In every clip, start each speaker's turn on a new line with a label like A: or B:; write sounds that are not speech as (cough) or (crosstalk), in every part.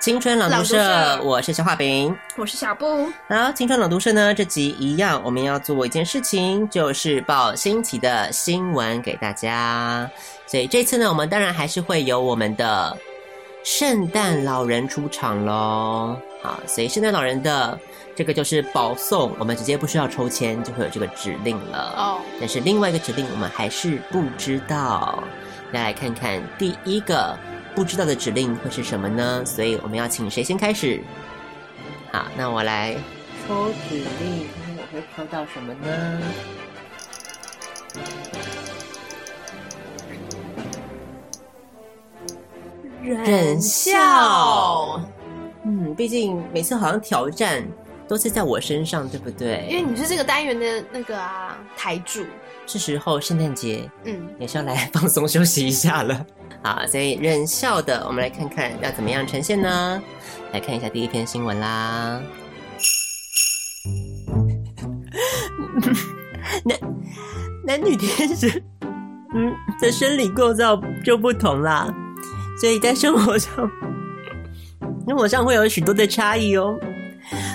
A: 青春朗读社，我是小画饼，
B: 我是小布。
A: 好，青春朗读社呢，这集一样，我们要做一件事情，就是报新奇的新闻给大家。所以这次呢，我们当然还是会有我们的圣诞老人出场喽。好，所以圣诞老人的这个就是保送，我们直接不需要抽签就会有这个指令了。哦，但是另外一个指令我们还是不知道。来来看看第一个。不知道的指令会是什么呢？所以我们要请谁先开始？好，那我来
C: 抽指令，看看我会抽到什么呢？
A: 忍笑。嗯，毕竟每次好像挑战都是在我身上，对不对？
B: 因为你是这个单元的那个啊台主。
A: 是时候圣诞节，嗯，也是要来放松休息一下了。 (laughs) 好，所以忍笑的，我们来看看要怎么样呈现呢？来看一下第一篇新闻 (laughs) 啦。男男女天使，嗯，的生理构造就不同啦，所以在生活上，生活上会有许多的差异哦。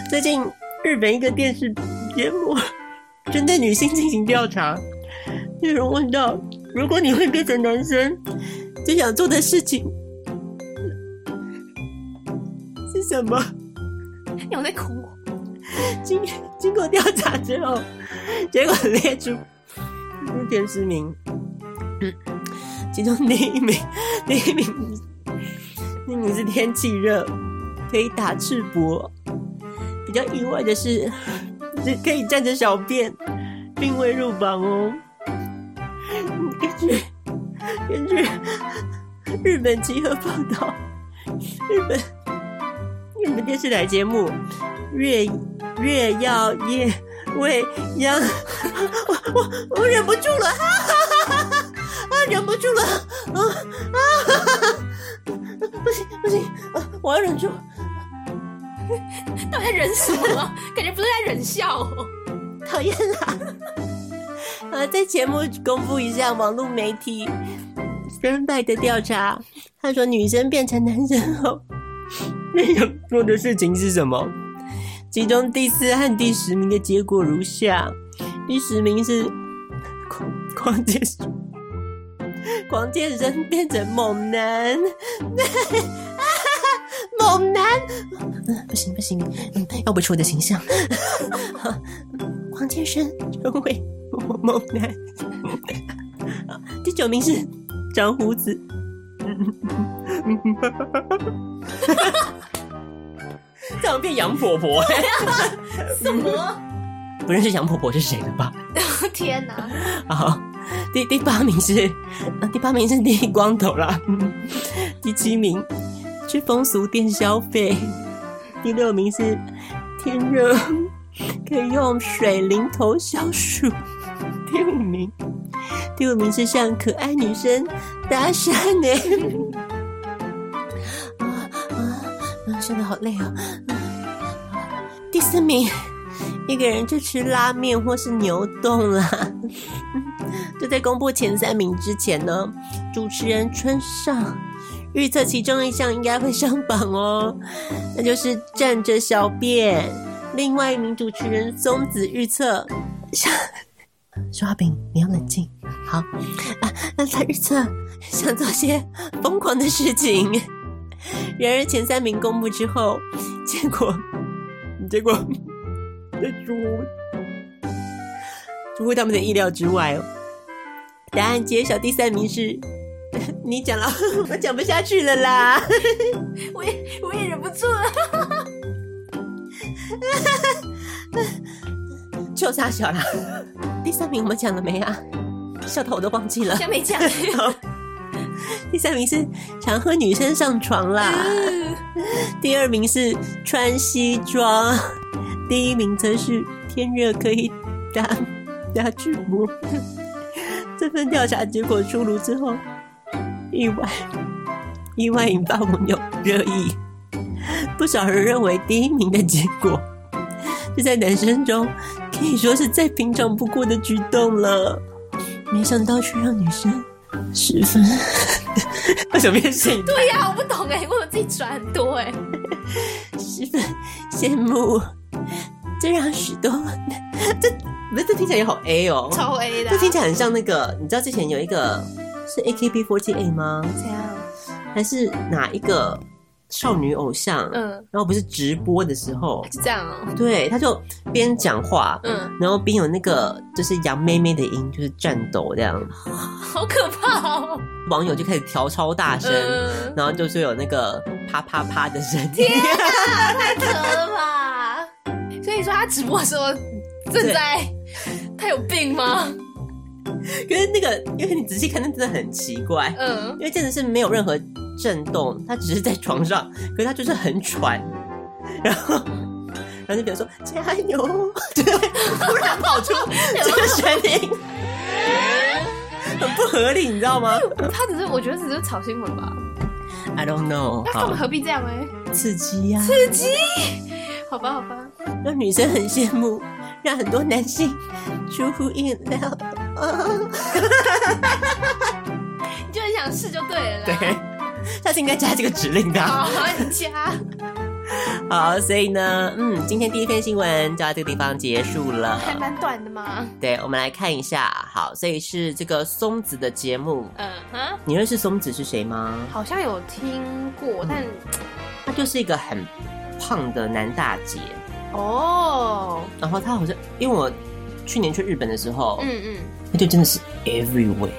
A: 最近日本一个电视节目针对女性进行调查，内容问到：如果你会变成男生？最想做的事情是什么？
B: 有哎在哭。
A: (laughs) 经经过调查之后，结果列出前十名，嗯，其中第一名，第一名，第一名是天气热，可以打赤膊。比较意外的是，是可以站着小便，并未入榜哦。根据。根据日本集合报道，日本日本电视台节目《月月耀夜未央》， (laughs) 我我我忍不住了， (laughs) 哈哈哈哈啊，忍不住了， (laughs) 啊啊哈哈，不行不行，啊我要忍住。
B: 到底在忍 (laughs) 什么？感觉不是在忍笑哦，
A: 讨厌啦！ (laughs) 啊，在节目公布一下网络媒体 Standby 的调查，他说女生变成男生后， (laughs) 最想做的事情是什么？其中第四和第十名的结果如下：第十名是 (laughs) 狂狂健狂健身变成猛男， (laughs) 猛男， (laughs) 嗯，不行不行，嗯，要不出我的形象，狂健身成为。猛男 (laughs) 第九名是长胡子这样变杨婆婆、欸，
B: 什么？
A: 不认识杨婆婆是谁了吧？
B: 天哪！
A: 好，第第八名是，第八名是剃光头啦。第七名去风俗店消费，第六名是天热可以用水淋头消暑。第五名，第五名是向可爱女生搭讪呢。啊啊啊！真的好累哦。啊、第四名，一个人就吃拉面或是牛冻啦。就在公布前三名之前呢，主持人春上预测其中一项应该会上榜哦，那就是站着小便。另外一名主持人松子预测。说话饼，你要冷静。好，啊，那他预测想做些疯狂的事情。然而前三名公布之后，结果，结果， (laughs) 这出乎出乎他们的意料之外哦。答案揭晓，第三名是， (laughs) 你讲了， (laughs) 我讲不下去了啦， (laughs)
B: 我也我也忍不住了，
A: 就差小啦。 (laughs) 第三名我们讲了没啊？笑到我都忘记了，
B: 像没讲。
A: (laughs) 第三名是常和女生上床啦。第二名是穿西装，第一名则是天热可以打打直播。这份调查结果出炉之后，意外意外引发网友热议，不少人认为第一名的结果 (laughs) 是在男生中可以说是再平常不过的举动了，没想到却让女生十分。 (laughs) 为什么变性？
B: (laughs) 对呀、我不懂哎、为什么自己转很多哎、
A: 十分羡慕，这让许多这不是这听起来也好 A 哦，
B: 超 A 的啊、
A: 这听起来很像那个，你知道之前有一个是 AKB48 吗？
B: 怎样？
A: 还是哪一个少女偶像？嗯，
B: 嗯，
A: 然后不是直播的时候，
B: 是这样哦、
A: 对，他就边讲话。
B: 嗯，
A: 然后边有那个就是杨妹妹的音，就是颤抖这样，
B: 好可怕哦、
A: 网友就开始调超大声，
B: 嗯，
A: 然后就是有那个啪啪啪的声音。
B: 太扯了吧！所以说他直播的时候正在，他有病吗？
A: 可是那个，因为你仔细看，那真的很奇怪，
B: 嗯
A: 因，为真的是没有任何震动，他只是在床上， (laughs) 可是他就是很喘，然后，然后就比如说加油， (laughs) 对，突然跑 (laughs) 出这个声音，很不合理，你知道吗
B: 他只是我觉得只是炒新闻吧，
A: ？I don't know，
B: 那他
A: 好
B: 们何必这样哎、
A: 刺激呀、
B: 好吧，好吧，
A: 让女生很羡慕，让很多男性出乎意料。
B: 你就很想试就对了啦。
A: 对， (laughs) 下次应该加这个指令的啊。
B: 好，你加。
A: 好，所以呢，嗯，今天第一篇新闻就到这个地方结束
B: (laughs)
A: 了。
B: (laughs) 还蛮短的嘛。
A: 对，我们来看一下。好，所以是这个松子的节目。
B: 嗯哼，
A: 你认识松子是谁吗？
B: 好像有听过，但
A: 他就是一个很胖的男大姐，
B: 哦，
A: 然后他好像因为我去年去日本的时候，
B: 嗯嗯，
A: 他就真的是 everywhere。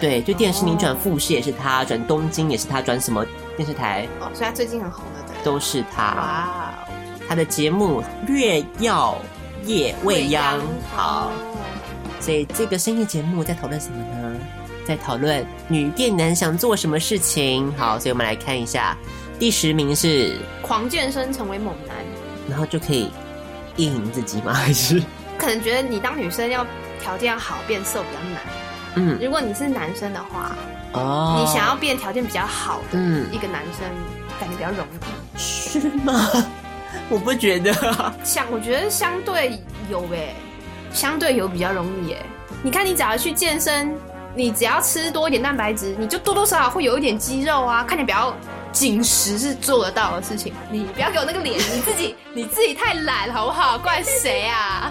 A: 对，就电视你转富士也是他，转东京也是他，转什么电视台
B: 哦，所以他最近很红的，对。
A: 都是他。
B: 哇哦，
A: 他的节目《月曜夜未央》好。
B: 哦
A: 所以这个深夜节目在讨论什么呢？在讨论女电男想做什么事情。好，所以我们来看一下，第十名是，
B: 狂健身成为猛男，
A: 然后就可以意淫自己吗？ (laughs) 还是
B: 可能觉得你当女生要条件要好变瘦比较难。
A: 嗯
B: 如果你是男生的话，
A: 哦，
B: 你想要变条件比较好的
A: 嗯
B: 一个男生，感觉比较容易。
A: 是吗？ (laughs) 我不觉得 (laughs) 啊，
B: 像我觉得相对有诶、相对有比较容易诶、欸你看，你只要去健身，你只要吃多一点蛋白质，你就多多少少会有一点肌肉啊。看起来比较紧实是做得到的事情。你不要给我那个脸，你自
A: (laughs)
B: 己你自己太懒好不好？怪谁啊？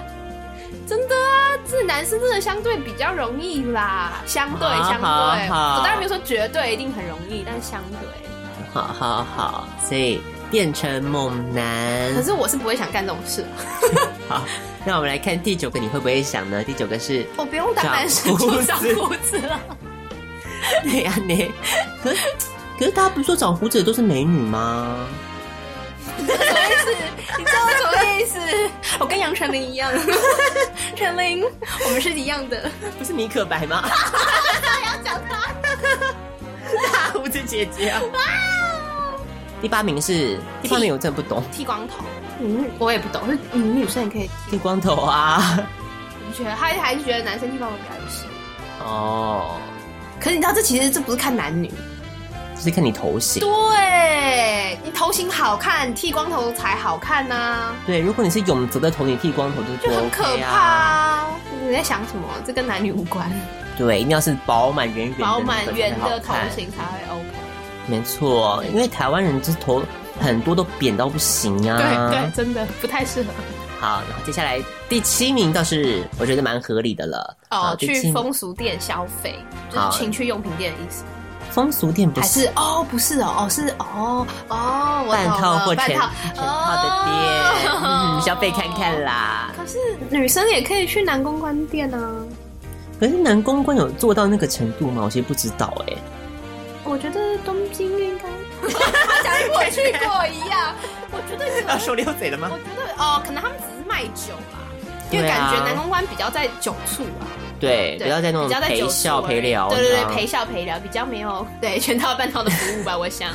B: 真的啊，这男生真的相对比较容易啦，相对
A: 好
B: 相
A: 好
B: 对，
A: 啊好
B: 我当然没有说绝对一定很容易，但是相对，
A: 好好好，所以变成猛男
B: 可。是我是不会想干这种事，
A: 好，那我们来看第九个，你会不会想呢？第九个是 (laughs)
B: 我不用当男生
A: 长
B: (laughs)
A: 胡
B: 就
A: 子
B: 长胡子了。
A: 对呀，你， (laughs) 可是可是大家不是说长胡子的都是美女吗？
B: 什么意思？你知道我什么意思？我跟杨丞琳一样， (laughs) 丞琳，我们是一样的。
A: 不是米可白吗？大
B: (laughs)
A: 胡子姐姐啊！
B: 哦
A: 第八名是第八名，我真的不懂。 (laughs)
B: 剃光头，嗯，我也不懂，是你们女生也可以剃
A: 剃，光头
B: (laughs)
A: 啊！
B: 我觉得他还是觉得男生剃光头比较有型。
A: 哦，
B: 可是你知道，这其实这不是看男女，
A: 就是看你头型。
B: 对你头型好看，剃光头才好看呐、
A: 对，如果你是永泽的头，你剃光头就是
B: 就
A: 不
B: 很
A: OK
B: 可怕、
A: 啊。
B: 啊。你在想什么？这跟男女无关，
A: 对，一定要是饱满圆圆的
B: 饱满圆
A: 那
B: 的
A: 个才
B: 头
A: 好看。
B: 型才会 OK。
A: 没错，因为台湾人这头很多都扁到不行啊。
B: 对对，真的不太适合。
A: 好，然后接下来第七名倒是我觉得蛮合理的了。
B: 哦
A: 好，第七
B: 去
A: 名
B: 风俗店消费，就
A: 好
B: 是情趣用品店的意思，
A: 风俗店不
B: 还
A: 是
B: 是哦，不是哦，哦是哦哦，我哦
A: 半
B: 懂了
A: 套或
B: 半
A: 全
B: 套
A: 全套的店，嗯，消费看。
B: 哦
A: 看啦。
B: (laughs) 可是女生也可以去男公关店啊，
A: 可是男公关有做到那个程度吗？我其实不知道哎、
B: 我觉得东京应该，好像我去过一样，我觉得可能
A: 手溜嘴了吗
B: 我觉得哦，可能他们只是卖酒吧，因
A: 对
B: 为
A: 啊
B: 感觉男公关比较在酒醋啊，
A: 对，
B: 对
A: 不要再那种
B: 比较在
A: 陪
B: 酒
A: 笑
B: 桌
A: 陪聊，
B: 对对
A: 你知道
B: 对，
A: 吗
B: 陪笑陪聊比较没有对全套半套的服务吧，我想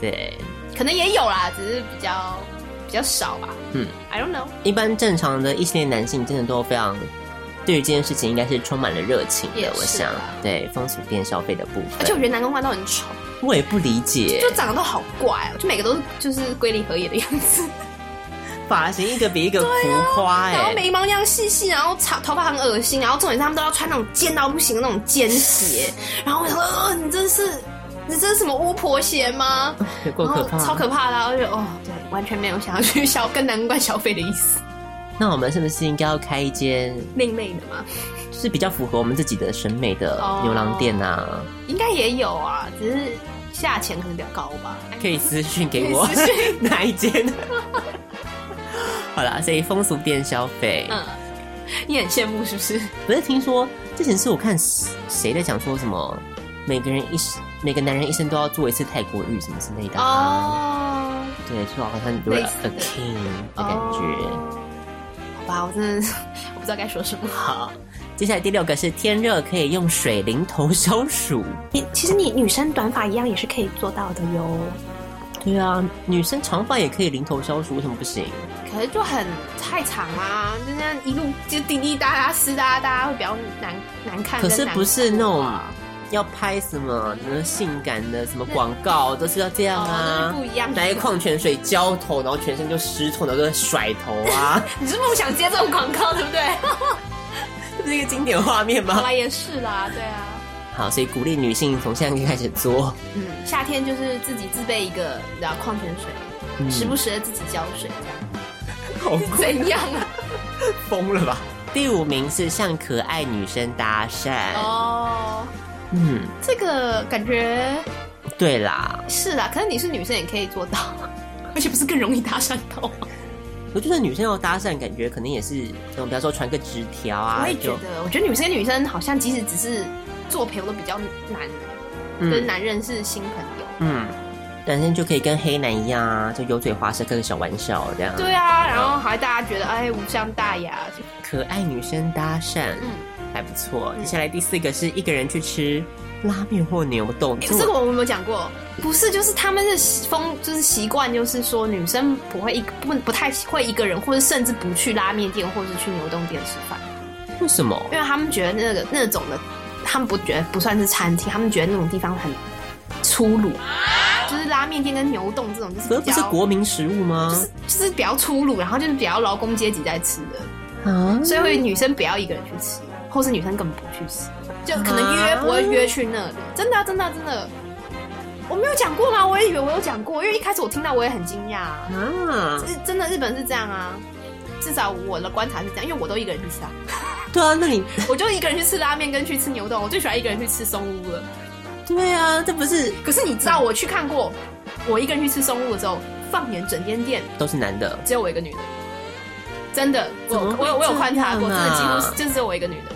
A: 对。
B: 可能也有啦，只是比较比较少吧。
A: 嗯
B: ，I don't know。
A: 一般正常的异性恋男性真的都非常对于这件事情应该是充满了热情
B: 也
A: 的，我
B: 是
A: 想
B: 啦
A: 对风俗店消费的部分，
B: 而且我觉得男公关都很丑，
A: 我也不理解
B: 就，长得都好怪哦，就每个都是就是龟梨和也的样子，
A: 发型一个比一个浮夸哎、
B: 啊然后眉毛那样细细，然后长头发很恶心，然后重点是他们都要穿那种尖到不行的那种尖鞋，然后我想说，呃，你这是你这是什么巫婆鞋吗？
A: 有够
B: 然
A: 可
B: 后
A: 怕，
B: 超可怕的、啊，我就哦，对，完全没有想要去消跟男公关消费的意思，
A: 那我们是不是应该要开一间
B: 另类的嘛，
A: 就是比较符合我们自己的审美的
B: 哦
A: 牛郎店啊？
B: 应该也有啊，只是价钱可能比较高吧。
A: 可以私讯给我
B: 可以私
A: 哪一间？ (laughs) 好啦，所以风俗店消费，
B: 嗯， (laughs) 你很羡慕
A: (laughs)
B: 是不是？
A: 不是听说之前是我看谁谁在讲说什么，每个人一生每个男人一生都要做一次泰国浴什么之类的、啊，
B: 哦，
A: 对，说好像有了
B: 类似哦
A: a
B: 的
A: king 的感觉。
B: 好吧，我真的是我不知道该说什么。
A: 好，接下来第六个是天热可以用水淋头消暑。
B: 你其实你女生短发一样也是可以做到的哟，
A: 对啊，女生长发也可以淋头消暑，为什么不行？
B: 可是就很太长啊，就那样一路就滴滴答答、湿哒哒，会比较难难看
A: 可
B: 跟难过啊。
A: 是不是那种要拍什么什么性感的什么广告，都是要这样
B: 哦
A: 啊，
B: 那是不一样的
A: 拿一矿泉水浇头，然后全身就湿透，然后就在甩头
B: (laughs)
A: 啊，
B: 你是不想接这种广告，对
A: (laughs)
B: 不对？
A: 这不是一个经典画面
B: 好啊
A: 吗？
B: 啦，也是啦，对啊。
A: 好，所以鼓励女性从现在开始
B: (laughs)
A: 做，
B: 嗯，夏天就是自己自备一个，你知道矿泉水，
A: 嗯
B: 时不时的自己浇水，这
A: 好
B: 样怎样啊？
A: 疯了吧？第五名是向可爱女生搭讪， (laughs)
B: 哦，
A: 嗯，
B: 这个感觉
A: 对啦，
B: 是啦，可是你是女生也可以做到， (laughs) 而且不是更容易搭讪到吗？
A: 我觉得女生要搭讪，感觉可能也是那种，比方说传个纸条啊，
B: 我也觉
A: 就
B: 得，我觉得女生跟女生好像即使只是做朋友都比较难，跟
A: 嗯
B: 男人是新朋友。
A: 嗯，男生就可以跟黑男一样啊，就油嘴滑舌，开个小玩笑这样。
B: 对啊，然后还大家觉得哎无伤大雅，就
A: 可爱女生搭讪，
B: 嗯，
A: 还不错。接下来第四个是一个人去吃拉面或牛冻，
B: 哎这个我们有没有讲过？不是，就是他们的习风就是习惯，就是说女生不会一不不太会一个人，或者甚至不去拉面店，或者是去牛洞店吃饭，
A: 为什么？
B: 因为他们觉得那个那种的，他们不觉得不算是餐厅，他们觉得那种地方很粗鲁，就是拉面店跟牛洞这种就是
A: 可是
B: 比
A: 不
B: 较
A: 是国民食物吗？
B: 哎就是就是比较粗鲁，然后就是比较劳工阶级在吃的，
A: 啊，
B: 所以会女生不要一个人去吃，或是女生根本不去吃，就可能约
A: 啊
B: 不会约去那里。真的啊、真的啊、真的，我没有讲过吗？我也以为我有讲过，因为一开始我听到我也很惊讶啊。
A: 啊，
B: 日真的日本是这样啊，至少我的观察是这样，因为我都一个人去
A: (laughs)
B: 吃啊，
A: 对啊，那你
B: 我就一个人去吃拉面跟去吃牛丼，我最喜欢一个人去吃松屋了。
A: 对啊，这不是
B: 可是你知道我去看过，我一个人去吃松屋的时候，放眼整间店，
A: 都是男的？
B: 只有我一个女的，真的，我
A: 怎么会
B: 我有我有观察过，
A: 这
B: 真
A: 样啊
B: 的几乎是就只有我一个女的，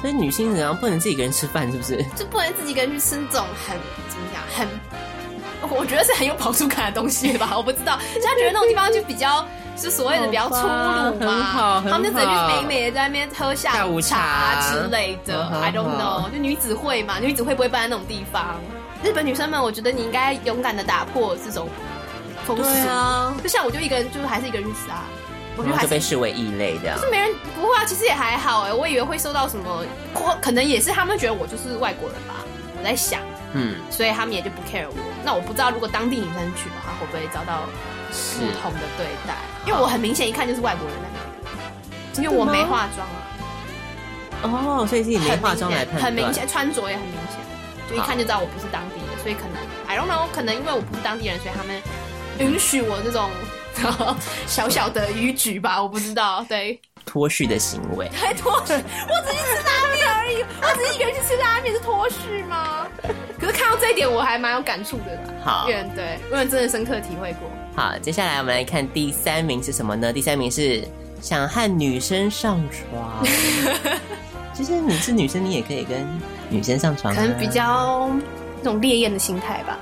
A: 所以女性怎样不能自己一个人吃饭，是不是？
B: 就不能自己一个人去吃这种很怎么讲很，我觉得是很有饱足感的东西吧，我 (laughs) 不知道，就他觉得那种地方就比较。是所谓的比较粗鲁嘛，
A: 很好很好
B: 他们就只能去美美的在那边喝下午
A: 下午茶嗯
B: 之类的
A: 很好
B: ，I don't
A: 很
B: know，
A: 好
B: 就女子会嘛，女子会不会办在那种地方？日本女生们，我觉得你应该勇敢的打破这种风俗，
A: 啊，
B: 就像我就一个人，就是还是一个人去死啊，我觉
A: 然后
B: 得还
A: 就是被视为异类这样。
B: 没人不会啊，其实也还好哎、我以为会受到什么，或可能也是他们觉得我就是外国人吧，我在想，
A: 嗯，
B: 所以他们也就不 care 我。那我不知道如果当地女生去的话，会不会遭到
A: 是
B: 不同的对待？因为我很明显一看就是外国人在那边，因为我没化妆啊，
A: 哦，所以自己没
B: 很
A: 化
B: 明
A: 妆来判
B: 显，
A: 断，
B: 很明显，穿着也很明显，就一看就知道我不是当地人，所以可能 I don't know，可能因为我不是当地人，所以他们允许我这种 (laughs) 小小的逾矩吧，我不知道，对。
A: 脱序的行为。
B: (laughs) 还脱序？我只是吃拉面而已，我只是一个人去吃拉面，是脱序吗？可是看到这一点，我还蛮有感触的啦。
A: 好
B: 因为对，因为真的深刻体会过。
A: 好，接下来我们来看第三名是什么呢？第三名是想和女生上
B: (laughs)
A: 床。其实你是女生，你也可以跟女生上床、啊，
B: 可能比较那种烈焰的心态吧，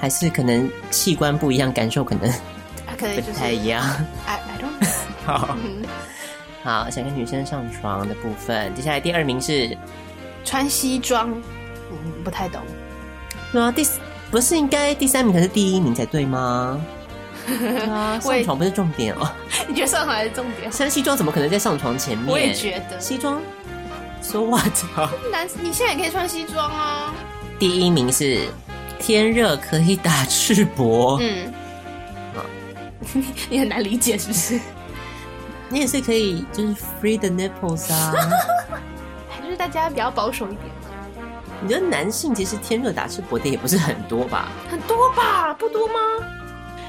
A: 还是可能器官不一样，感受可能
B: 啊，可能
A: 不
B: 就是
A: 太一样。
B: (laughs) I I don't know。
A: 好，
B: 嗯
A: 好，想跟女生上床的部分，接下来第二名是，
B: 穿西装，嗯，不太懂。
A: 对啊，第四不是应该第三名才是第一名才对吗？对啊，
B: (laughs) 我也
A: 上床不是重点哦，
B: 你觉得上海的重点？
A: 穿西装怎么可能在上床前面？
B: 我也觉得，
A: 西装，so what？啊
B: 男，你现在也可以穿西装啊。
A: 第一名是天热可以打赤膊，
B: 嗯， (laughs) 你很难理解是不是？
A: 你也是可以就是 free the nipples (laughs) 啊。
B: 还是大家比较保守一点，
A: 你觉得男性其实天热打赤膊的也不是很多吧？
B: 很多吧？不多吗？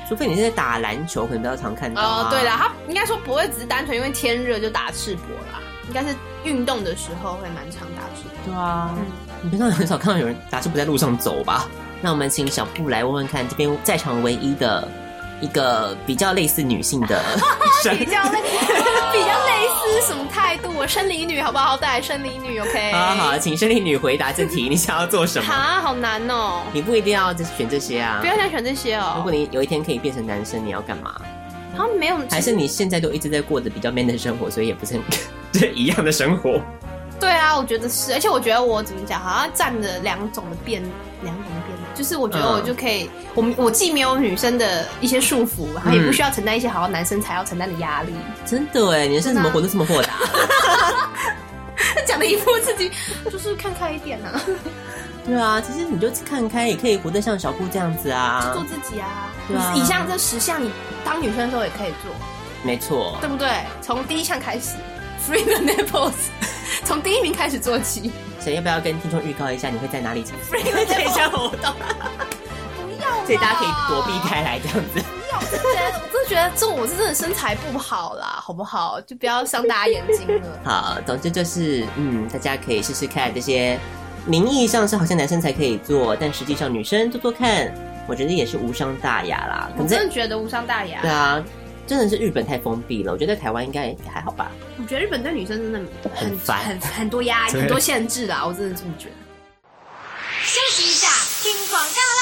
A: 除非你是在打篮球，可能比较常看到、啊。
B: 哦，对啦，，他应该说不会只是单纯因为天热就打赤膊啦，应该是运动的时候会蛮常打赤膊。
A: 对啊，你平常很少看到有人打赤膊在路上走吧？那我们请小布来问问看，这边在场唯一的一个比较类似女性
B: (laughs)
A: 的身
B: (laughs) 比较类， (laughs) 比较类似什么态度？我生理女好不好？带来生理女，OK？
A: 好啊好，请胜利女回答这题，你想要做什
B: (laughs)
A: 么？
B: 哈，好难哦、
A: 你不一定要就是选这些啊
B: 不。要想选这些
A: 如
B: 哦、
A: 果你有一天可以变成男生，你要干嘛？
B: 好像没有，
A: 还是你现在都一直在过着比较 man 的生活，所以也不是很 (laughs) 这一样的生活？
B: 对啊，我觉得是，而且我觉得我怎么讲，好像占了两种的变，两种的变，就是我觉得
A: 嗯
B: 我就可以，我们我既没有女生的一些束缚，然后也
A: 嗯
B: 不需要承担一些好像男生才要承担的压力。 (laughs)
A: 真的哎，你人生怎么活得这么豁达？
B: 他讲的一副自己就是看开一点啊，
A: 对啊，其实你就看开，也可以活得像小布这样子啊
B: 做。自己啊。
A: 对啊
B: 以上这十项，你当女生的时候也可以做，
A: 没错，
B: 对不对？从第一项开始，free the nipples，从 (laughs) 第一名开始做起。
A: 谁要不要跟听众预告一下你会在哪 (laughs) 里参加
B: free the
A: 这
B: nipples
A: 一项活动？
B: 不要啦，
A: 所以大家可以躲避开来这样 (laughs) 子。
B: 觉得哦我真的觉得这种我是真的身材不好啦，好不好？就不要伤大家眼睛了。
A: 好，总之就是，嗯，大家可以试试看这些，名义上是好像男生才可以做，但实际上女生做做看，我觉得也是无伤大雅啦。可
B: (laughs)
A: 能
B: 我真
A: 在
B: 的觉得无伤大雅
A: 对。啊，真的是日本太封闭了，我觉得在台湾应该也还好吧。
B: 我觉得日本对女生真的很
A: 很烦
B: 很很多压力，
A: 对
B: 很多限制啦。我真的这么觉得。
D: 休息一下，听广告喽。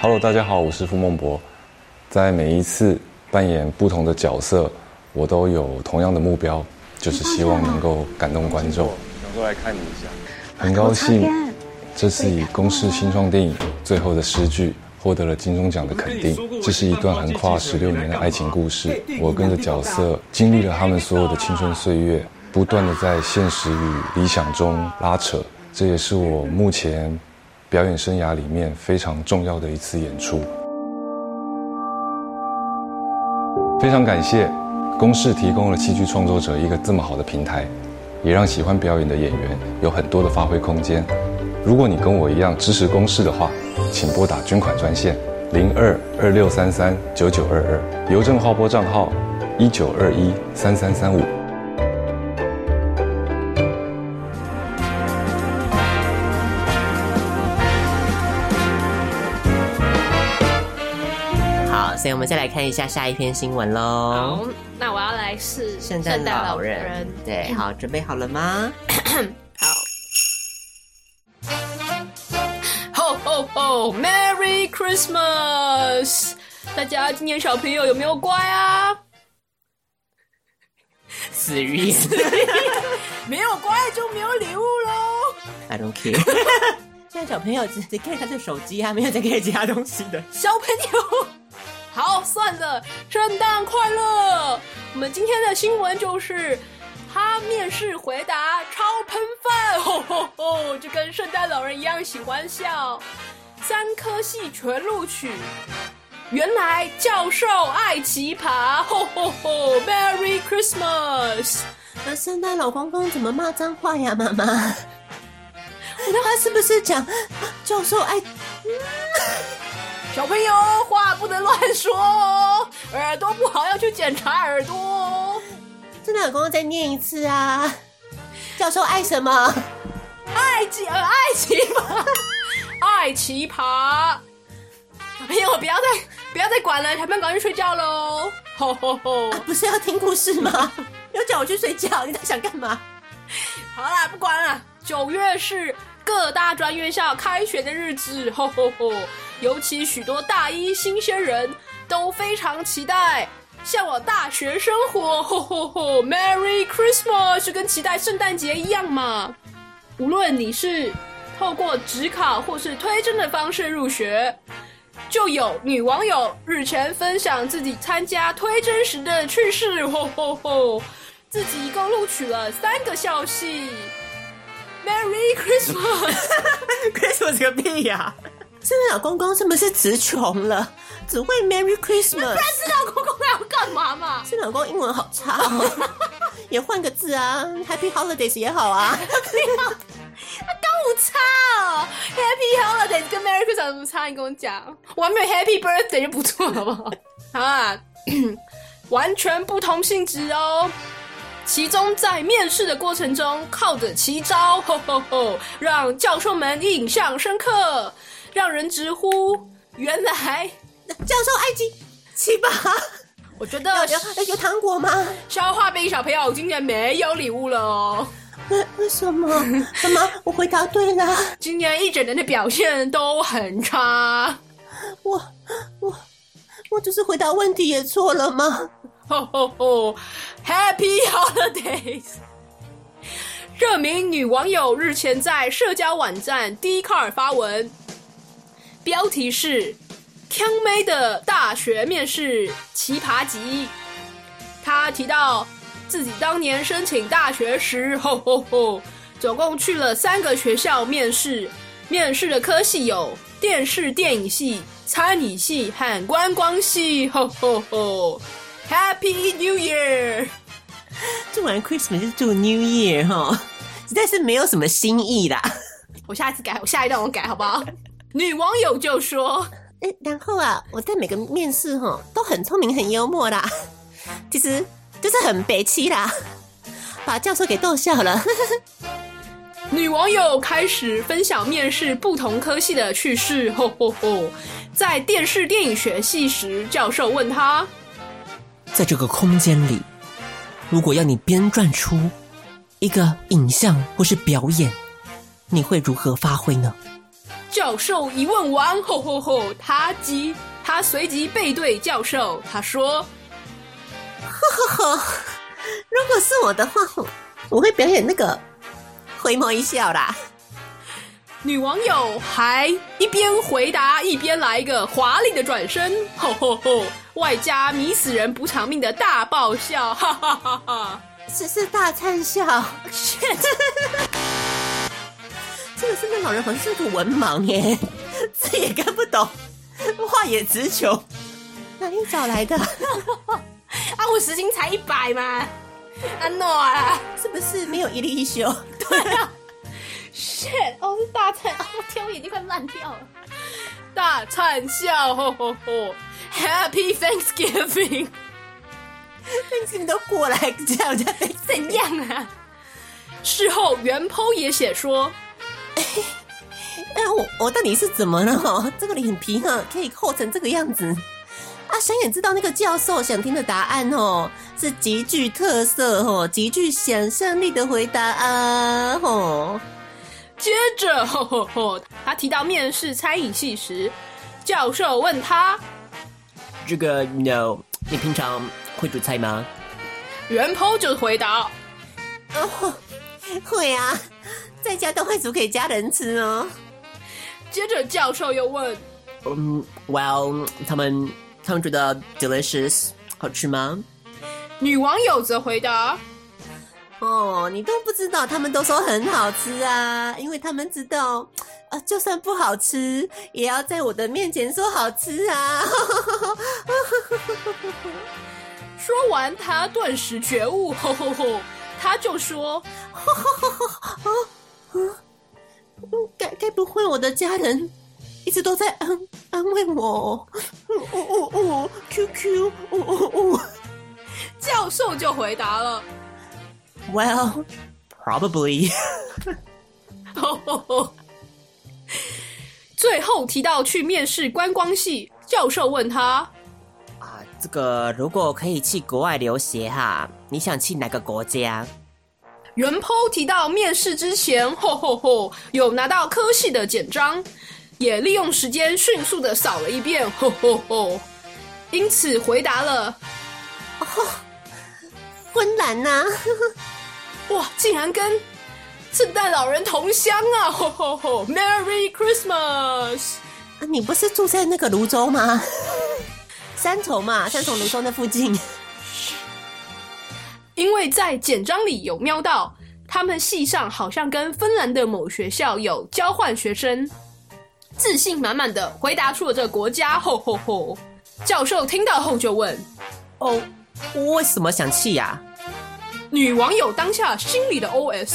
E: Hello，大家好，我是傅孟博。在每一次扮演不同的角色，我都有同样的目标，就是希望能够感动观众。
F: 想过来看你一下。
E: 很高兴，
F: 啊
E: 这次以公视新创电影《最后的诗句》获得了金钟奖的肯定。这是一段横跨十六年的爱情故事，我跟着角色经历了他们所有的青春岁月，不断的在现实与理想中拉扯。这也是我目前表演生涯里面非常重要的一次演出。非常感谢公视提供了戏剧创作者一个这么好的平台，也让喜欢表演的演员有很多的发挥空间。如果你跟我一样支持公视的话，请拨打捐款专线零二二六三三九九二二，邮政划拨账号一九二一三三三五。
A: 好，所以我们再来看一下下一篇新闻喽。
B: 好，那我要来试
A: 圣诞老人，对，好，准备好了吗？
B: Ho ho ho！Merry Christmas！大家今年小朋友有没有乖啊？
A: 死于 (laughs) 意思
B: 没有乖就没有礼物喽。
A: ，I don't care。现在小朋友只只看他的手机啊，没有在看其他东西的。
B: 小朋友， (laughs) 好，算了，圣诞快乐！我们今天的新闻就是他面试回答超喷饭， (laughs) 吼吼吼，就跟圣诞老人一样喜欢笑。三科系全录取，原来教授爱奇葩，吼吼吼，Merry Christmas！
A: 那圣诞老公公怎么骂脏话呀， (laughs) 妈妈？他是不是讲教授哎爱？
B: 小朋友话不能乱说哦，耳朵不好要去检查耳朵哦。
A: 圣诞老公公再念一次啊！教授爱什么？
B: 爱奇呃爱奇葩，爱奇葩，小朋友不要再不要再管了，小朋友赶快去睡觉喽！吼吼吼！
A: 不是要听故事吗？又叫我去睡觉，你到底想干嘛？
B: 好啦，不管了，九月是各大专 (laughs) 院校开学的日子，吼吼吼！尤其许多大一新鲜人都非常期待向往大学生活。 (laughs) 吼吼吼，Merry Christmas 就跟期待圣诞节一样嘛。无论你是透过职考或是推甄的方式入学，就有女网友日前分享自己参加推甄时的趣事。 (laughs) 吼吼吼，自己一共录取了三个校系。Merry Christmas！ (laughs)
A: Christmas 个屁呀、圣诞老公公是不是词穷了，只会 Merry Christmas？
B: 知道公公要干嘛嘛？
A: 圣诞老公英文好差哦， (laughs) 也换个字啊，Happy Holidays 也好啊。
B: 不差哦，Happy Holiday 跟 Merry Christmas 有什么差？你跟我讲，我还没有 Happy Birthday 就不错了，好不好？好啊，完全不同性质哦。其中在面试的过程中，靠着奇招， (laughs) 吼吼吼，让教授们印象深刻，让人直呼原来。
A: 教授埃及七八，
B: 我觉得
A: 有有糖果吗？
B: 消化杯小朋友今年没有礼物了哦。
A: 为为呃什么？什么？我回答对了，
B: 今年一整年的表现都很差。
A: 我我我只是回答问题也错了吗？
B: 吼吼吼，Happy Holidays！这名女网友日前在社交网站 d 卡尔发文，标题是“康妹的大学面试奇葩集”。她提到自己当年申请大学时，吼吼吼，总共去了三个学校面试，面试的科系有电视电影系、餐饮系和观光系，吼吼吼。Happy New Year！
A: 祝完 Christmas 就祝 New Year 哈，实在是没有什么新意啦。
B: 我下次改，我下一段我改好不好？女网友就说
A: 诶然后啊，我在每个面试哈都很聪明、很幽默啦，其实就是很北欺啦，把教授给逗笑了。：“
B: 女网友开始分享面试不同科系的趣事。”吼吼吼！在电视电影学系时，教授问她
A: 在这个空间里，如果要你编撰出一个影像或是表演，你会如何发挥呢？：“
B: 教授一问完，吼吼吼！”她即她随即背对教授，她说
A: 呵呵，如果是我的话，我会表演那个回眸一笑啦。：“ (laughs)
B: 女网友还一边回答一边来一个华丽的转身，吼吼吼！”外加迷死人不偿命的大爆笑，哈哈哈哈！
A: 只是大灿笑。这个圣诞老人好像是个文盲耶，字也看不懂，话也直球，哪里找来的？
B: 啊，我时薪才一百嘛，安诺啊
A: 是不是没有一例一休？
B: ，shit，哦是大灿，哦天，我眼睛快烂掉了。大灿笑，吼吼吼，Happy Thanksgiving，
A: 你们都过来这样 (laughs) 这样，
B: 怎样啊？事后袁剖也写说，
A: 哎，我我到底是怎么了？ (laughs) 哦，这个脸皮啊，可以厚成这个样子啊！想也知道那个教授想听的答案哦，是极具特色哦，极具想象力的回答啊！哦，
B: 接着，吼吼吼，他提到面试餐饮系时，教授问他，
A: 这个 no，你平常会煮菜吗？
B: 袁剖就回答，
A: 会啊，在家都会煮给家人吃哦。
B: 接着教授又问，
A: 嗯，Well，他们他们觉得 delicious 好吃吗？
B: 女网友则回答，
A: 哦，你都不知道，他们都说很好吃啊，因为他们知道，呃，就算不好吃，也要在我的面前说好吃啊。
B: 说完，他顿时觉悟，吼吼吼！他就说
A: 该该不会我的家人一直都在安安慰我哦？呜呜呜，Q Q，呜呜呜。：“
B: 教授就回答了， (laughs)
A: Well, probably
B: 吼吼吼！”最后提到去面试观光系，教授问他
A: 啊，这个如果可以去国外留学哈，你想去哪个国家？
B: 袁剖提到面试之前，吼吼吼，有拿到科系的简章，也利用时间迅速的扫了一遍，吼吼吼。因此回答了：
G: 昏然呐、
B: 哇，竟然跟圣诞老人同乡啊！吼吼吼，Merry Christmas！
A: 啊，你不是住在那个泸州吗？ (laughs) 三重嘛，三重泸州那附近。
B: 因为在简章里有瞄到，他们系上好像跟芬兰的某学校有交换学生，自信满满的回答出了这个国家，吼吼吼！教授听到后就问，
A: 哦，为什么想气呀、
B: 女网友当下心里的 OS：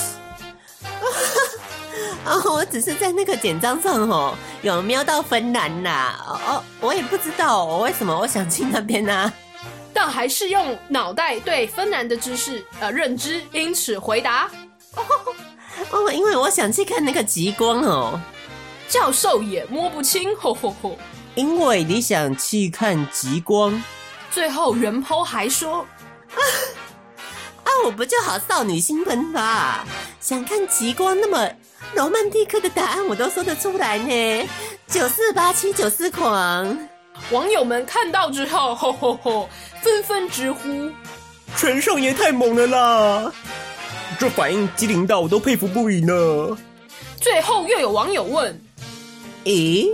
A: 哦，我只是在那个简章上哦，有瞄到芬兰啦。哦哦，我也不知道、哦、为什么我想去那边呢、啊。
B: 但还是用脑袋对芬兰的知识呃认知，因此回答。
A: 哦，因为我想去看那个极光哦。
B: 教授也摸不清，吼吼吼！
A: 因为你想去看极光
B: 最后袁剖还说，
A: 啊，我不就好少女心喷发？想看极光，那么罗曼蒂克的答案我都说得出来呢。九四八七九四狂。
B: 网友们看到之后，吼吼吼，纷纷直呼。
A: 陈少爷太猛了啦！这反应机灵到我都佩服不已呢。
B: 最后又有网友问
A: 咦，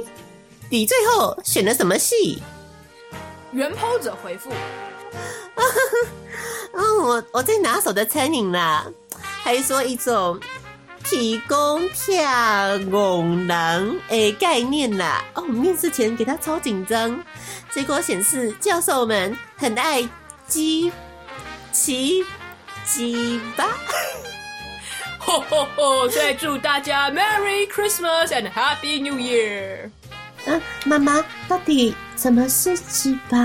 A: 你最后选了什么戏？
B: 袁剖者回复，
A: 哦，我我最拿手的餐饮啦，还说一种提供票拱狼诶概念啦。哦，我面试前给他超紧张，结果显示教授们很爱鸡鸡鸡巴。
B: 吼吼吼！再祝大家 Merry Christmas and Happy New Year。
G: 啊，妈妈，到底什么是鸡巴？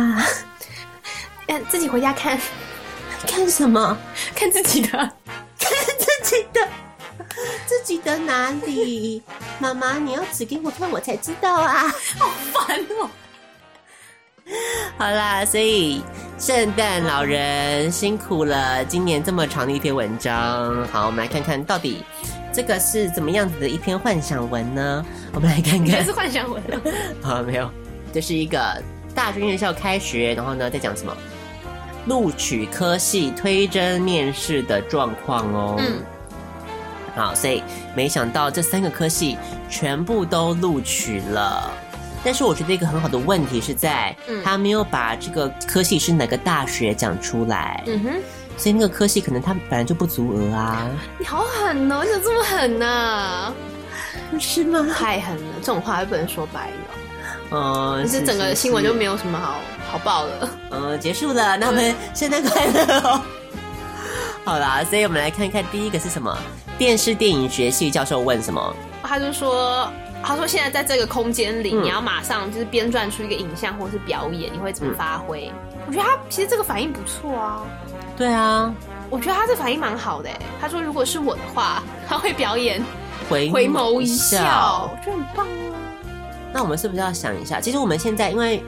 B: 嗯，自己回家看
G: 看什么？
B: (laughs) 看自己的。
G: 看自己的，自己的哪里？妈妈，你要指给我看，我才知道啊。
B: 烦哦！
A: 好啦，所以圣诞老人辛苦了，今年这么长的一篇文章。好，我们来看看到底这个是怎么样子的一篇幻想文呢？我们来看
B: 你这
A: 看
B: 是，幻想文啊。
A: 啊，没有，这是一个大专院校开学，然后呢在讲什么？录取科系推甄面试的状况哦。
B: 嗯，
A: 好，所以没想到这三个科系全部都录取了。但是我觉得一个很好的问题是在，
B: 嗯
A: 他没有把这个科系是哪个大学讲出来，
B: 嗯哼，
A: 所以那个科系可能他本来就不足额啊。
B: 你好狠哦！你怎么这么狠呐、
G: 是吗？
B: 太狠了，这种话又不能说白了。
A: 嗯，
B: 可是整个新闻哦就是没有什么好好报了。
A: 呃，结束了，那我们
B: 嗯
A: 圣诞快乐哦！ (laughs) 好啦，所以我们来看看第一个是什么？电视电影学系教授问什么？
B: 他就说，他说现在在这个空间里，
A: 嗯
B: 你要马上就是编撰出一个影像或是表演，你会怎么发挥？嗯我觉得他其实这个反应不错啊，
A: 对啊，
B: 我觉得他这反应蛮好的欸。他说如果是我的话，他会表演
A: 回
B: 回眸一
A: 一
B: 笑，我觉得很棒啊。
A: 那我们是不是要想一下？其实我们现在因为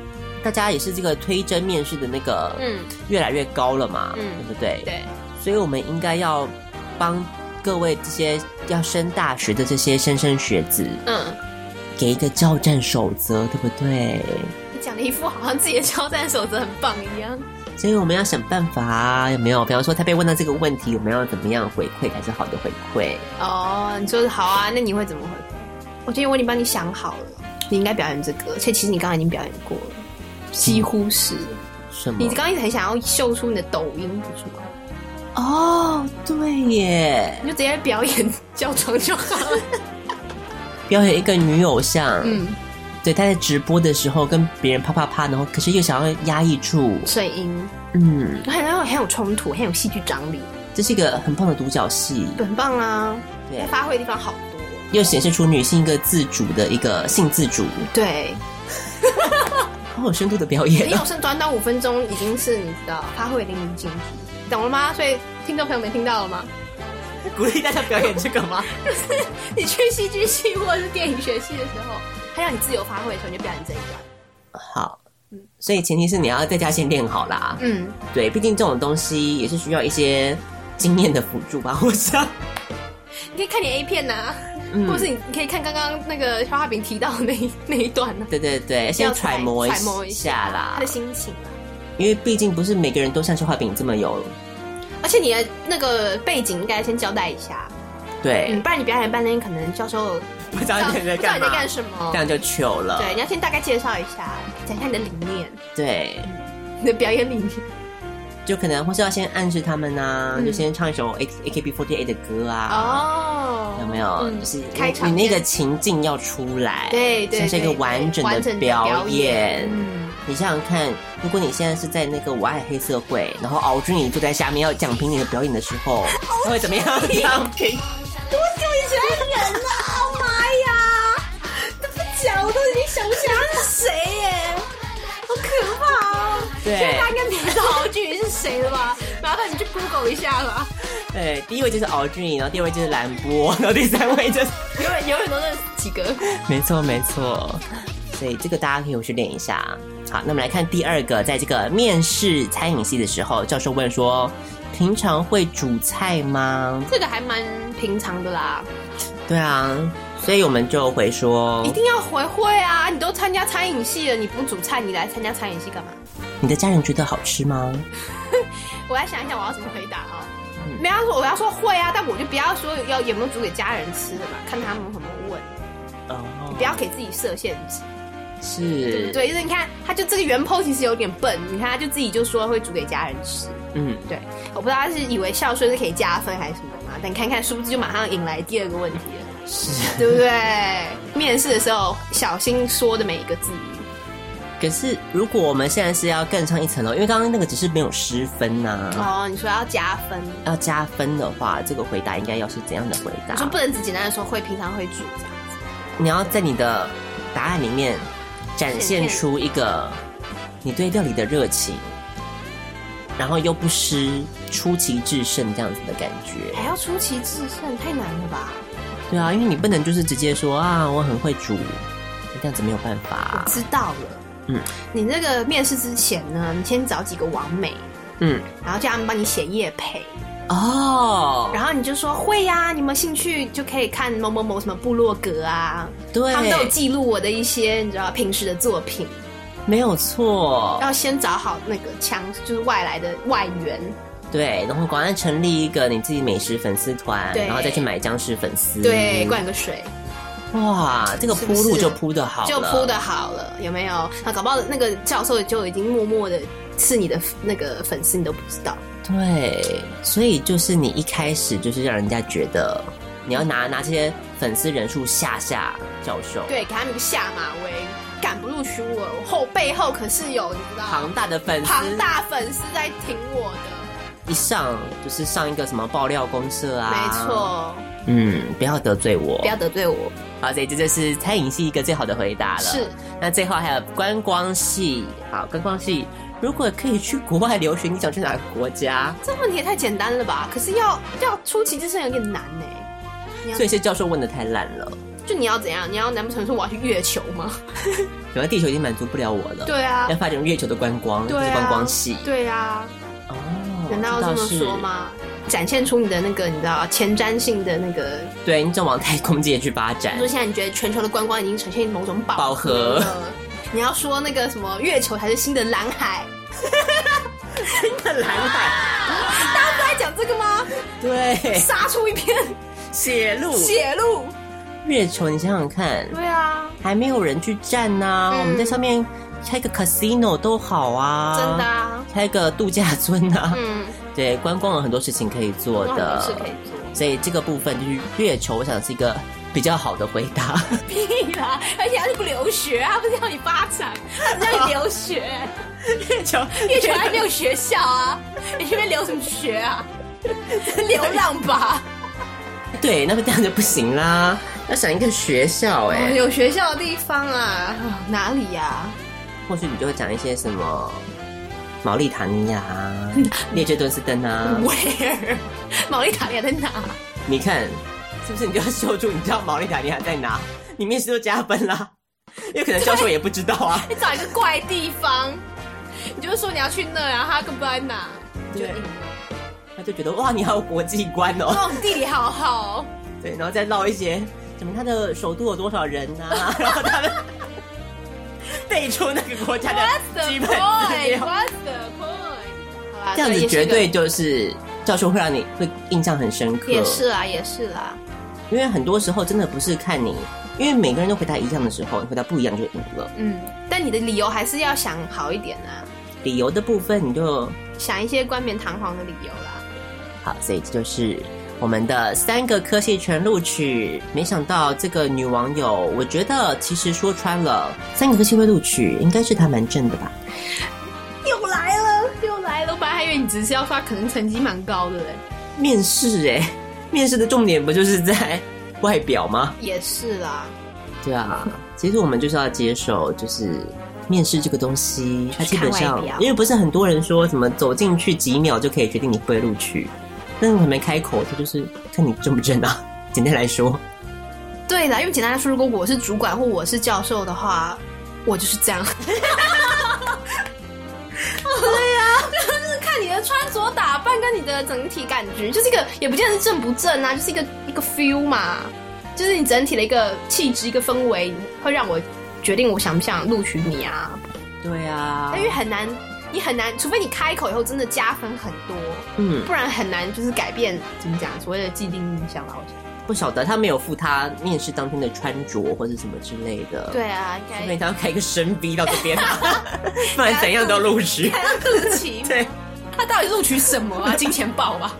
A: 大家也是这个推甄面试的那个，
B: 嗯，
A: 越来越高了嘛，
B: 嗯
A: 对不对？
B: 对，
A: 所以我们应该要帮各位这些要升大学的这些莘莘学子，
B: 嗯，
A: 给一个教战守则，对不对？
B: 你讲的一副好像自己的交战守则很棒一样。
A: 所以我们要想办法，有没有？比方说他被问到这个问题，我们要怎么样回馈才是好的回馈？
B: 哦，你说好啊，那你会怎么回？我觉得我已经帮你想好了，你应该表演这个，而且其实你刚刚已经表演过了，几乎是。
A: 什么？
B: 你刚刚一直很想要秀出你的抖音，不是吗？
A: 哦，对耶，
B: 嗯你就直接表演 (laughs) 叫床就好了。
A: 表演一个女偶像，
B: 嗯，
A: 对，她在直播的时候跟别人啪啪啪，然后可是又想要压抑住，
B: 声音，
A: 嗯，
B: 很有很有冲突，很有戏剧张力，
A: 这是一个很棒的独角戏，
B: 很棒啊！
A: 对
B: 它发挥的地方好多。
A: 又显示出女性一个自主的一个性自主，
B: 对，
A: 好有深度的表
B: 你
A: 演
B: 有
A: 哦。
B: 剩短短五分钟，已经是你知道发挥的淋漓尽致，懂了吗？所以听众朋友们听到了吗？
A: (laughs) 鼓励大家表演这个吗？
B: 你去戏剧系或者是电影学系的时候，他让你自由发挥的时候，你就表演这一段。
A: 好，所以前提是你要在家先练好啦。
B: 嗯，
A: 对，毕竟这种东西也是需要一些经验的辅助吧，我想。
B: 你可以看点 A 片呐、啊或者是你你可以看刚刚那个消化饼提到的那一那一段呢、啊
A: 对对对，先
B: 要
A: 揣
B: 揣
A: 摩
B: 揣摩一
A: 下啦
B: 他的，心情啊。
A: 因为毕竟不是每个人都像消化饼这么有
B: 而且你的那个背景应该先交代一下，嗯，
A: 对，
B: 不然你表演半天，可能教授
A: 不知道你
B: 不知道
A: 在
B: 你在
A: 干嘛，
B: 干什么
A: 这。样就糗了。
B: 对，你要先大概介绍一下，讲一下你的理念， (laughs)
A: 对，
B: 你的表演理念。
A: 就可能或是要先暗示他们啊，
B: 嗯
A: 就先唱一首 A A K B 4 8的歌啊，
B: 哦
A: 有没有？
B: 嗯
A: 就是你
B: 开场
A: 你那
B: 先
A: 个情境要出来，
B: 对对，
A: 像是一个
B: 对对
A: 完整
B: 完
A: 的
B: 整的
A: 表演
B: 演。。嗯，
A: 你想想看，如果你现在是在那个我爱黑社会，然后敖君你坐在下面要讲评你的表演的时
B: (laughs)
A: 候，他会怎么样？
B: 哦
A: 讲评？
B: 讲我都已经想不起来他是谁耶，好可怕哦！
A: 对
B: 现在大家应该没知道敖俊宇是谁了吧？麻烦你去 Google 一下吧。
A: 对，第一位就是敖俊，然后第二位就是蓝波，然后第三位就是，
B: 永远永远都认识几个。
A: 没错没错。所以这个大家可以回去练一下。好，那我们来看第二个，在这个面试餐饮系的时候，教授问说：“平常会煮菜吗
B: 这个还蛮平常的啦，？”
A: 对啊，所以我们就回说
B: 一定要回会啊！你都参加餐饮系了，你不煮菜，你来参加餐饮系干嘛？：“
A: 你的家人觉得好吃吗
B: 我来想一想我要怎么回答啊、没有他说我要说会啊，但我就不要说要有没有煮给家人吃的嘛，看他们有没有问，？”
A: 哦
B: 不要给自己设限制，对
A: 是，
B: 不，对？就是你看，他就这个原 po 其实有点笨，你看他就自己就说会煮给家人吃，
A: 嗯，
B: 对，我不知道他是以为孝顺是可以加分还是什么嘛，但你看看，殊不知就马上引来第二个问题了，
A: 是。
B: 对不对？面试的时候小心说的每一个字，
A: 可是如果我们现在是要更上一层楼，因为刚刚那个只是没有失分呐、
B: 哦，你说要加分，
A: 要加分的话，这个回答应该要是怎样的回答
B: 你？说不能只简单的说会，平常会煮这样子。
A: 你要在你的答案里面展现出一个你对料理的热情，然后又不失出奇制胜这样子的感觉。
B: 还要出奇制胜，太难了吧？
A: 对啊，因为你不能就是直接说啊，我很会煮，这样子没有办法
B: 我。知道了。
A: 嗯，
B: 你那个面试之前呢，你先找几个网美，
A: 嗯，
B: 然后叫他们帮你写业配，
A: 哦，
B: 然后你就说会呀、你有没有兴趣就可以看某某某什么部落格啊，
A: 对
B: 他们都有记录我的一些你知道平时的作品。
A: 没有错。
B: 要先找好那个枪，就是外来的外援，
A: 对，然后赶快成立一个你自己美食粉丝团，
B: 对
A: 然后再去买僵尸粉丝。
B: 对，灌个水。
A: 哇，这个
B: 是
A: 铺
B: 不是
A: 路就铺的好了，
B: 就铺的好了，有没有？啊，搞不好那个教授就已经默默的是你的那个粉丝，你都不知道。
A: 对，所以就是你一开始就是让人家觉得你要拿拿这些粉丝人数吓吓教授，，
B: 对，给他们一个下马威，敢不录取我，我后背后可是有你知道
A: 庞大的粉丝，
B: 庞大粉丝在挺我的，
A: 一上就是上一个什么爆料公社啊，
B: 没，错，
A: 嗯，不要得罪我，
B: 不要得罪我，
A: 好，所以这就是餐饮系一个最好的回答了。
B: 是，
A: 那最后还有观光系，好，观光系如果可以去国外留学，你想去哪个国家？
B: 这问题也太简单了吧？可是要要出奇制胜有点难呢、啊
A: 所以是教授问的太烂了，
B: 就你要怎样？你要难不成说我要去月球吗？ (laughs)
A: 整个地球已经满足不了我了。
B: 对啊
A: 要发展月球的观光，
B: 对啊
A: 就是观光系。
B: 对啊，
A: 哦，
B: 难道要这么说吗？展现出你的那个你知道前瞻性的那
A: 这
B: 个，
A: 倒是？对，你就往太空界去发展
B: (laughs) 就。是现在你觉得全球的观光已经呈现某种
A: 饱
B: 饱
A: 和
B: 了你要说那个什么月球才是新的蓝
A: (laughs)
B: 海，
A: 蓝海，
B: (laughs)
A: 哎
B: 大家不在讲这个吗？
A: 对，
B: 杀出一片
A: 血路，
B: 血路。
A: 月球，你想想看，
B: 对啊，
A: 还没有人去站呐、
B: 嗯
A: 我们在上面开个 casino 都好啊，
B: 真的啊，
A: 开个度假村啊，
B: 嗯，
A: 对，观光有很多事情可以做
B: 有很
A: 的
B: 多，事可以做。
A: 所以这个部分就是月球，我想是一个比较好的回
B: (laughs)
A: 答。
B: 屁啦！而且他是不留学啊，他不是要你发展，他只要你
A: (laughs)
B: 留学。月球，月球还没有学校啊，你这边留什么学
A: (laughs)
B: 啊？流浪吧。
A: 对，那么这样就不行啦，要想一个学校哎、
B: 哦有学校的地方啊，哪里呀、
A: 或许你就会讲一些什么毛利塔尼亚、
B: (laughs)
A: 啊、列支敦斯登啊。
B: ？Where？毛 (laughs) 利塔利亚在哪？
A: 你看，是不是你就要秀出你知道毛利塔尼亚在哪？你面试就加分 (laughs) 啦，因为可能教授也不知道啊。
B: 你找一个怪地方，你就说你要去那，然后他根本不知道在哪，你就
A: 对
B: 赢了。
A: 他就觉得哇，你好有国际观哦。
B: 哦，地理好好，
A: 对，然后再绕一些什么他的首都有多少人呐、然后他们背出那个国家的
B: What's
A: 基
B: the
A: 本资
B: point?
A: 料，
B: What's the point? 好啦
A: 这样子
B: 也是
A: 绝
B: 个
A: 对就是教授会让你会印象很深刻。
B: 也是啦，也是啦。
A: 因为很多时候真的不是看你，因为每个人都回答一样的时候，你回答不一样就赢了。
B: 嗯，但你的理由还是要想好一点啊，
A: 理由的部分你就
B: 想一些冠冕堂皇的理由啦。
A: 好，所以这就是我们的三个科系全录取。没想到这个女网友，我觉得其实说穿了，三个科系会录取，应该是她蛮正的吧？
B: 又来了，又来了！我本来还以为你只是要说他可能成绩蛮高的嘞。
A: 面试哎、面试的重点不就是在外表吗？
B: 也是啦，
A: 对啊，其实我们就是要接受，就是面试这个东西，它基本
B: 看
A: 上
B: 外表
A: 因为不是很多人说什么走进去几秒就可以决定你会不会录取，但是我还没开口，它就是看你正不正啊。简单来说，
B: 对啦，因为简单来说，如果我是主管或我是教授的话，我就是这样。对呀、就是 (laughs) 看你的穿着打扮跟你的整体感觉，就是一个也不见得是正不正啊，就是一个一个 feel 嘛，就是你整体的一个气质、一个氛围，会让我决定我想不想录取你啊。
A: 对啊
B: 因为很难，你很难，除非你开口以后真的加分很多，
A: 嗯，
B: 不然很难就是改变怎么讲所谓的既定印象吧。我觉得。
A: 不晓得他没有附他面试当天的穿着或者什么之类的。，
B: 对啊，
A: 因
B: 应该 (laughs)
A: 为他要开一个深逼到这边，不然怎样都要录取。
B: 看到肚 (laughs) 脐，
A: 对，
B: 他到底录取什么啊？金钱豹吧？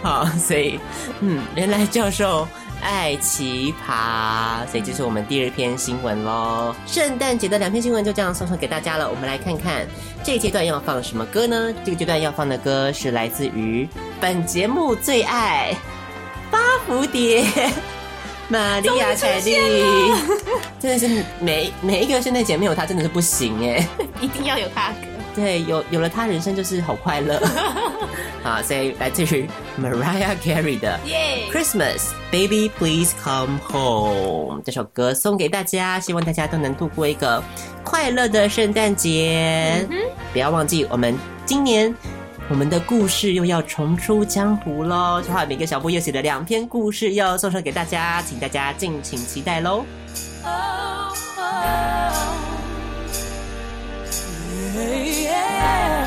A: 好，所以嗯，原来教授爱奇葩，所以这是我们第二篇新闻喽。圣诞节的两篇新闻就这样送上给大家了。我们来看看这个阶段要放什么歌呢？这个阶段要放的歌是来自于本节目最爱巴蝴蝶。玛利亚·凯莉真的是每每一个圣诞节没有她真的是不行哎、
B: 一定要有他的歌。
A: 对，有有了她，人生就是好快乐。好，所以来自于 Mariah Carey 的
B: 耶
A: Christmas Baby Please Come Home 这首歌送给大家，希望大家都能度过一个快乐的圣诞节。不要忘记，我们今年我们的故事又要重出江湖喽！小海每个小布又写了两篇故事要送上给大家，请大家敬请期待喽。
F: Yeah.